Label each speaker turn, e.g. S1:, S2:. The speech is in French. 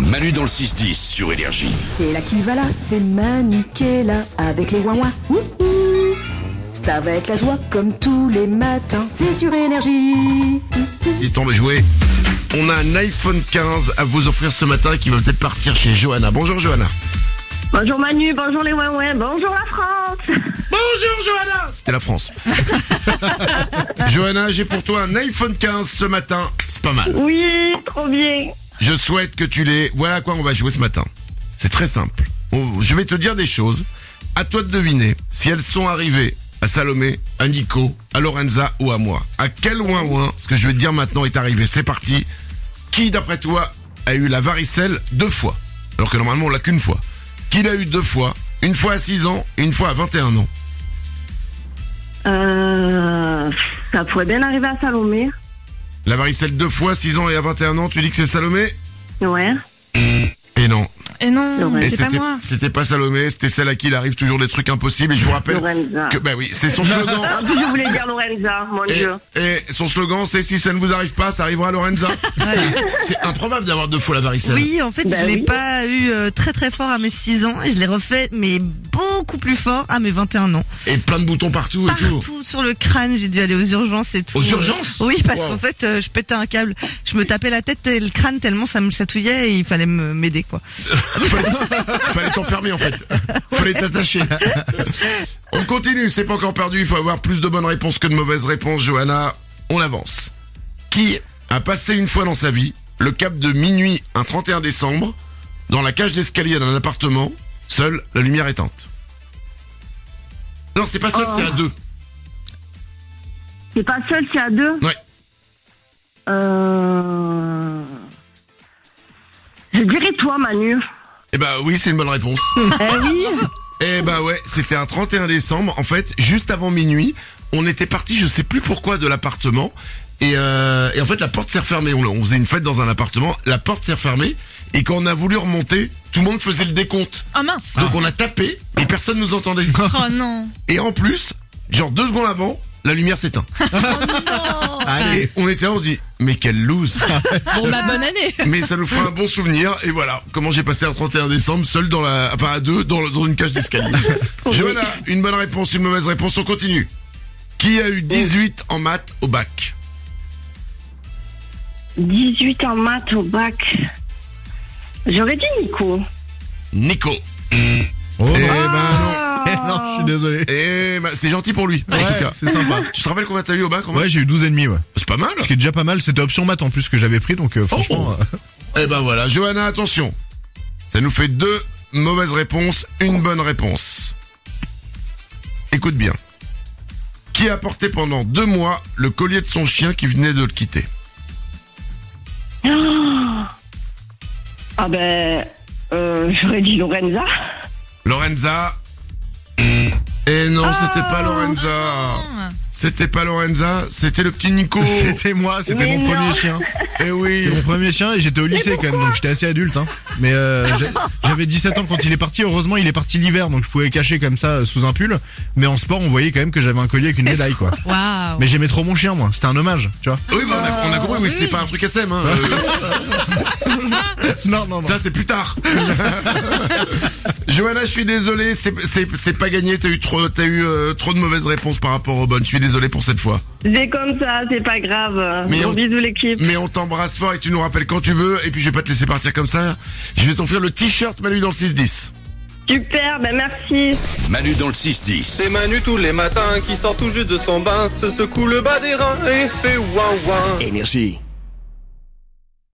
S1: Manu dans le 6-10 sur Énergie.
S2: C'est là qui va là, c'est Manu qui est là avec les ouin Wouhou Ça va être la joie comme tous les matins, c'est sur Énergie.
S3: Il est temps de jouer. On a un iPhone 15 à vous offrir ce matin qui va peut-être partir chez Johanna. Bonjour Johanna.
S4: Bonjour Manu, bonjour les Wawais, bonjour la France.
S3: Bonjour Johanna C'était la France. Johanna, j'ai pour toi un iPhone 15 ce matin. C'est pas mal.
S4: Oui, trop bien.
S3: Je souhaite que tu l'aies. Voilà à quoi on va jouer ce matin. C'est très simple. On- Je vais te dire des choses. À toi de deviner si elles sont arrivées à Salomé, à Nico, à Lorenza ou à moi. À quel ouin ouin ce que je vais te dire maintenant est arrivé. C'est parti. Qui, d'après toi, a eu la varicelle deux fois Alors que normalement, on l'a qu'une fois. Qui l'a eu deux fois Une fois à 6 ans, une fois à 21 ans.
S4: Euh, ça pourrait bien arriver à Salomé.
S3: La varicelle deux fois, 6 ans et à 21 ans, tu dis que c'est Salomé
S4: Ouais.
S3: Et non.
S5: Et non,
S4: Lorraine.
S3: Et
S5: c'est pas
S3: c'était-
S5: moi.
S3: C'était pas Salomé, c'était celle à qui il arrive toujours des trucs impossibles. Et je vous rappelle
S4: Lorenza.
S3: que, bah oui, c'est son slogan.
S4: En plus, je voulais dire Lorenza, Ah. mon
S3: Et,
S4: Dieu.
S3: et son slogan, c'est si ça ne vous arrive pas, ça arrivera à Lorenza. c'est improbable d'avoir deux fois la varicelle.
S6: Oui, en fait,
S4: Bah
S6: je l'ai
S4: oui.
S6: pas eu euh, très très fort à mes 6 ans et je l'ai refait mais beaucoup plus fort à mes 21 ans.
S3: Et plein de boutons partout et tout.
S6: Partout sur le crâne, j'ai dû aller aux urgences et tout.
S3: Aux urgences
S6: Oui, parce
S3: Wow.
S6: qu'en fait, euh, je pétais un câble. Je me tapais la tête et le crâne tellement ça me chatouillait et il fallait me- m'aider quoi.
S3: Fallait t'enfermer en fait. Fallait t'attacher. On continue, c'est pas encore perdu. Il faut avoir plus de bonnes réponses que de mauvaises réponses, Johanna. On avance. Qui a passé une fois dans sa vie le cap de minuit un 31 décembre dans la cage d'escalier d'un appartement, seul, la lumière éteinte Non, c'est pas seul, c'est à deux.
S4: C'est pas seul, c'est à deux.
S3: Ouais.
S4: Euh... Je dirais toi, Manu.
S3: Eh bah oui, c'est une bonne réponse.
S4: eh oui.
S3: Eh bah ouais, c'était un 31 décembre. En fait, juste avant minuit, on était parti, je sais plus pourquoi, de l'appartement. Et, euh, et en fait, la porte s'est refermée. On, on faisait une fête dans un appartement. La porte s'est refermée. Et quand on a voulu remonter, tout le monde faisait le décompte.
S5: Ah mince.
S3: Donc on a tapé et personne nous entendait.
S5: Oh non.
S3: Et en plus, genre deux secondes avant, la lumière s'éteint.
S5: Oh
S3: Et on était là, on se dit, mais quelle loose
S5: Bon bah bonne année.
S3: mais ça nous fera un bon souvenir. Et voilà, comment j'ai passé un 31 décembre seul dans la, enfin à deux, dans, le- dans une cage d'escalier. Johanna, une bonne réponse, une mauvaise réponse, on continue. Qui a eu 18 en maths au bac
S4: 18 en maths au bac. J'aurais dit Nico.
S3: Nico.
S7: Oh.
S3: Eh ben
S7: non, je suis désolé.
S3: non. Eh ben, c'est gentil pour lui, en tout
S7: Ouais,
S3: cas.
S7: c'est sympa.
S3: Tu te rappelles combien t'as eu au bac en maths
S7: Ouais, j'ai eu 12 et demi, ouais.
S3: C'est pas mal.
S7: Ce qui est déjà pas mal, c'était option maths en plus que j'avais pris, donc euh, franchement. euh,
S3: Eh ben voilà, Johanna, attention. Ça nous fait deux mauvaises réponses, une bonne réponse. Écoute bien. Qui a porté pendant deux mois le collier de son chien qui venait de le quitter
S4: Ah ben, euh, j'aurais dit Lorenza.
S3: Lorenza Eh non, c'était pas Lorenza. C'était pas Lorenza, c'était le petit Nico.
S7: Oh. c'était moi, c'était
S4: Mais
S7: mon
S4: non.
S7: premier chien.
S3: eh oui.
S7: C'était mon premier chien et j'étais au lycée quand même, donc j'étais assez adulte. Hein. Mais euh, j'a- j'avais 17 ans quand il est parti. Heureusement, il est parti l'hiver, donc je pouvais cacher comme ça euh, sous un pull. Mais en sport, on voyait quand même que j'avais un collier avec une médaille, quoi.
S6: Ah.
S5: Waouh.
S7: Mais j'aimais trop mon chien, moi. C'était un hommage, tu vois.
S3: Oui, bah, on, a, on a compris, oui, c'était
S5: oui.
S3: pas un truc SM. Hein. Euh,
S7: Non, non,
S3: ça, c'est plus tard. Johanna, je suis désolé, c'est- c'est c'est pas gagné. T'as eu, trop, t'as eu euh, trop de mauvaises réponses par rapport aux bonnes. Je suis désolé pour cette fois.
S4: C'est comme ça, c'est pas grave.
S3: Mais
S4: Gros
S3: on-
S4: bisous l'équipe.
S3: Mais on t'embrasse fort et tu nous rappelles quand tu veux. Et puis je vais pas te laisser partir comme ça. Je vais t'offrir le t-shirt Manu dans le 6-10.
S4: Super, ben merci.
S1: Manu dans le 6-10.
S8: C'est Manu tous les matins qui sort tout juste de son bain, se secoue le bas des reins et fait ouin ouin.
S1: Énergie.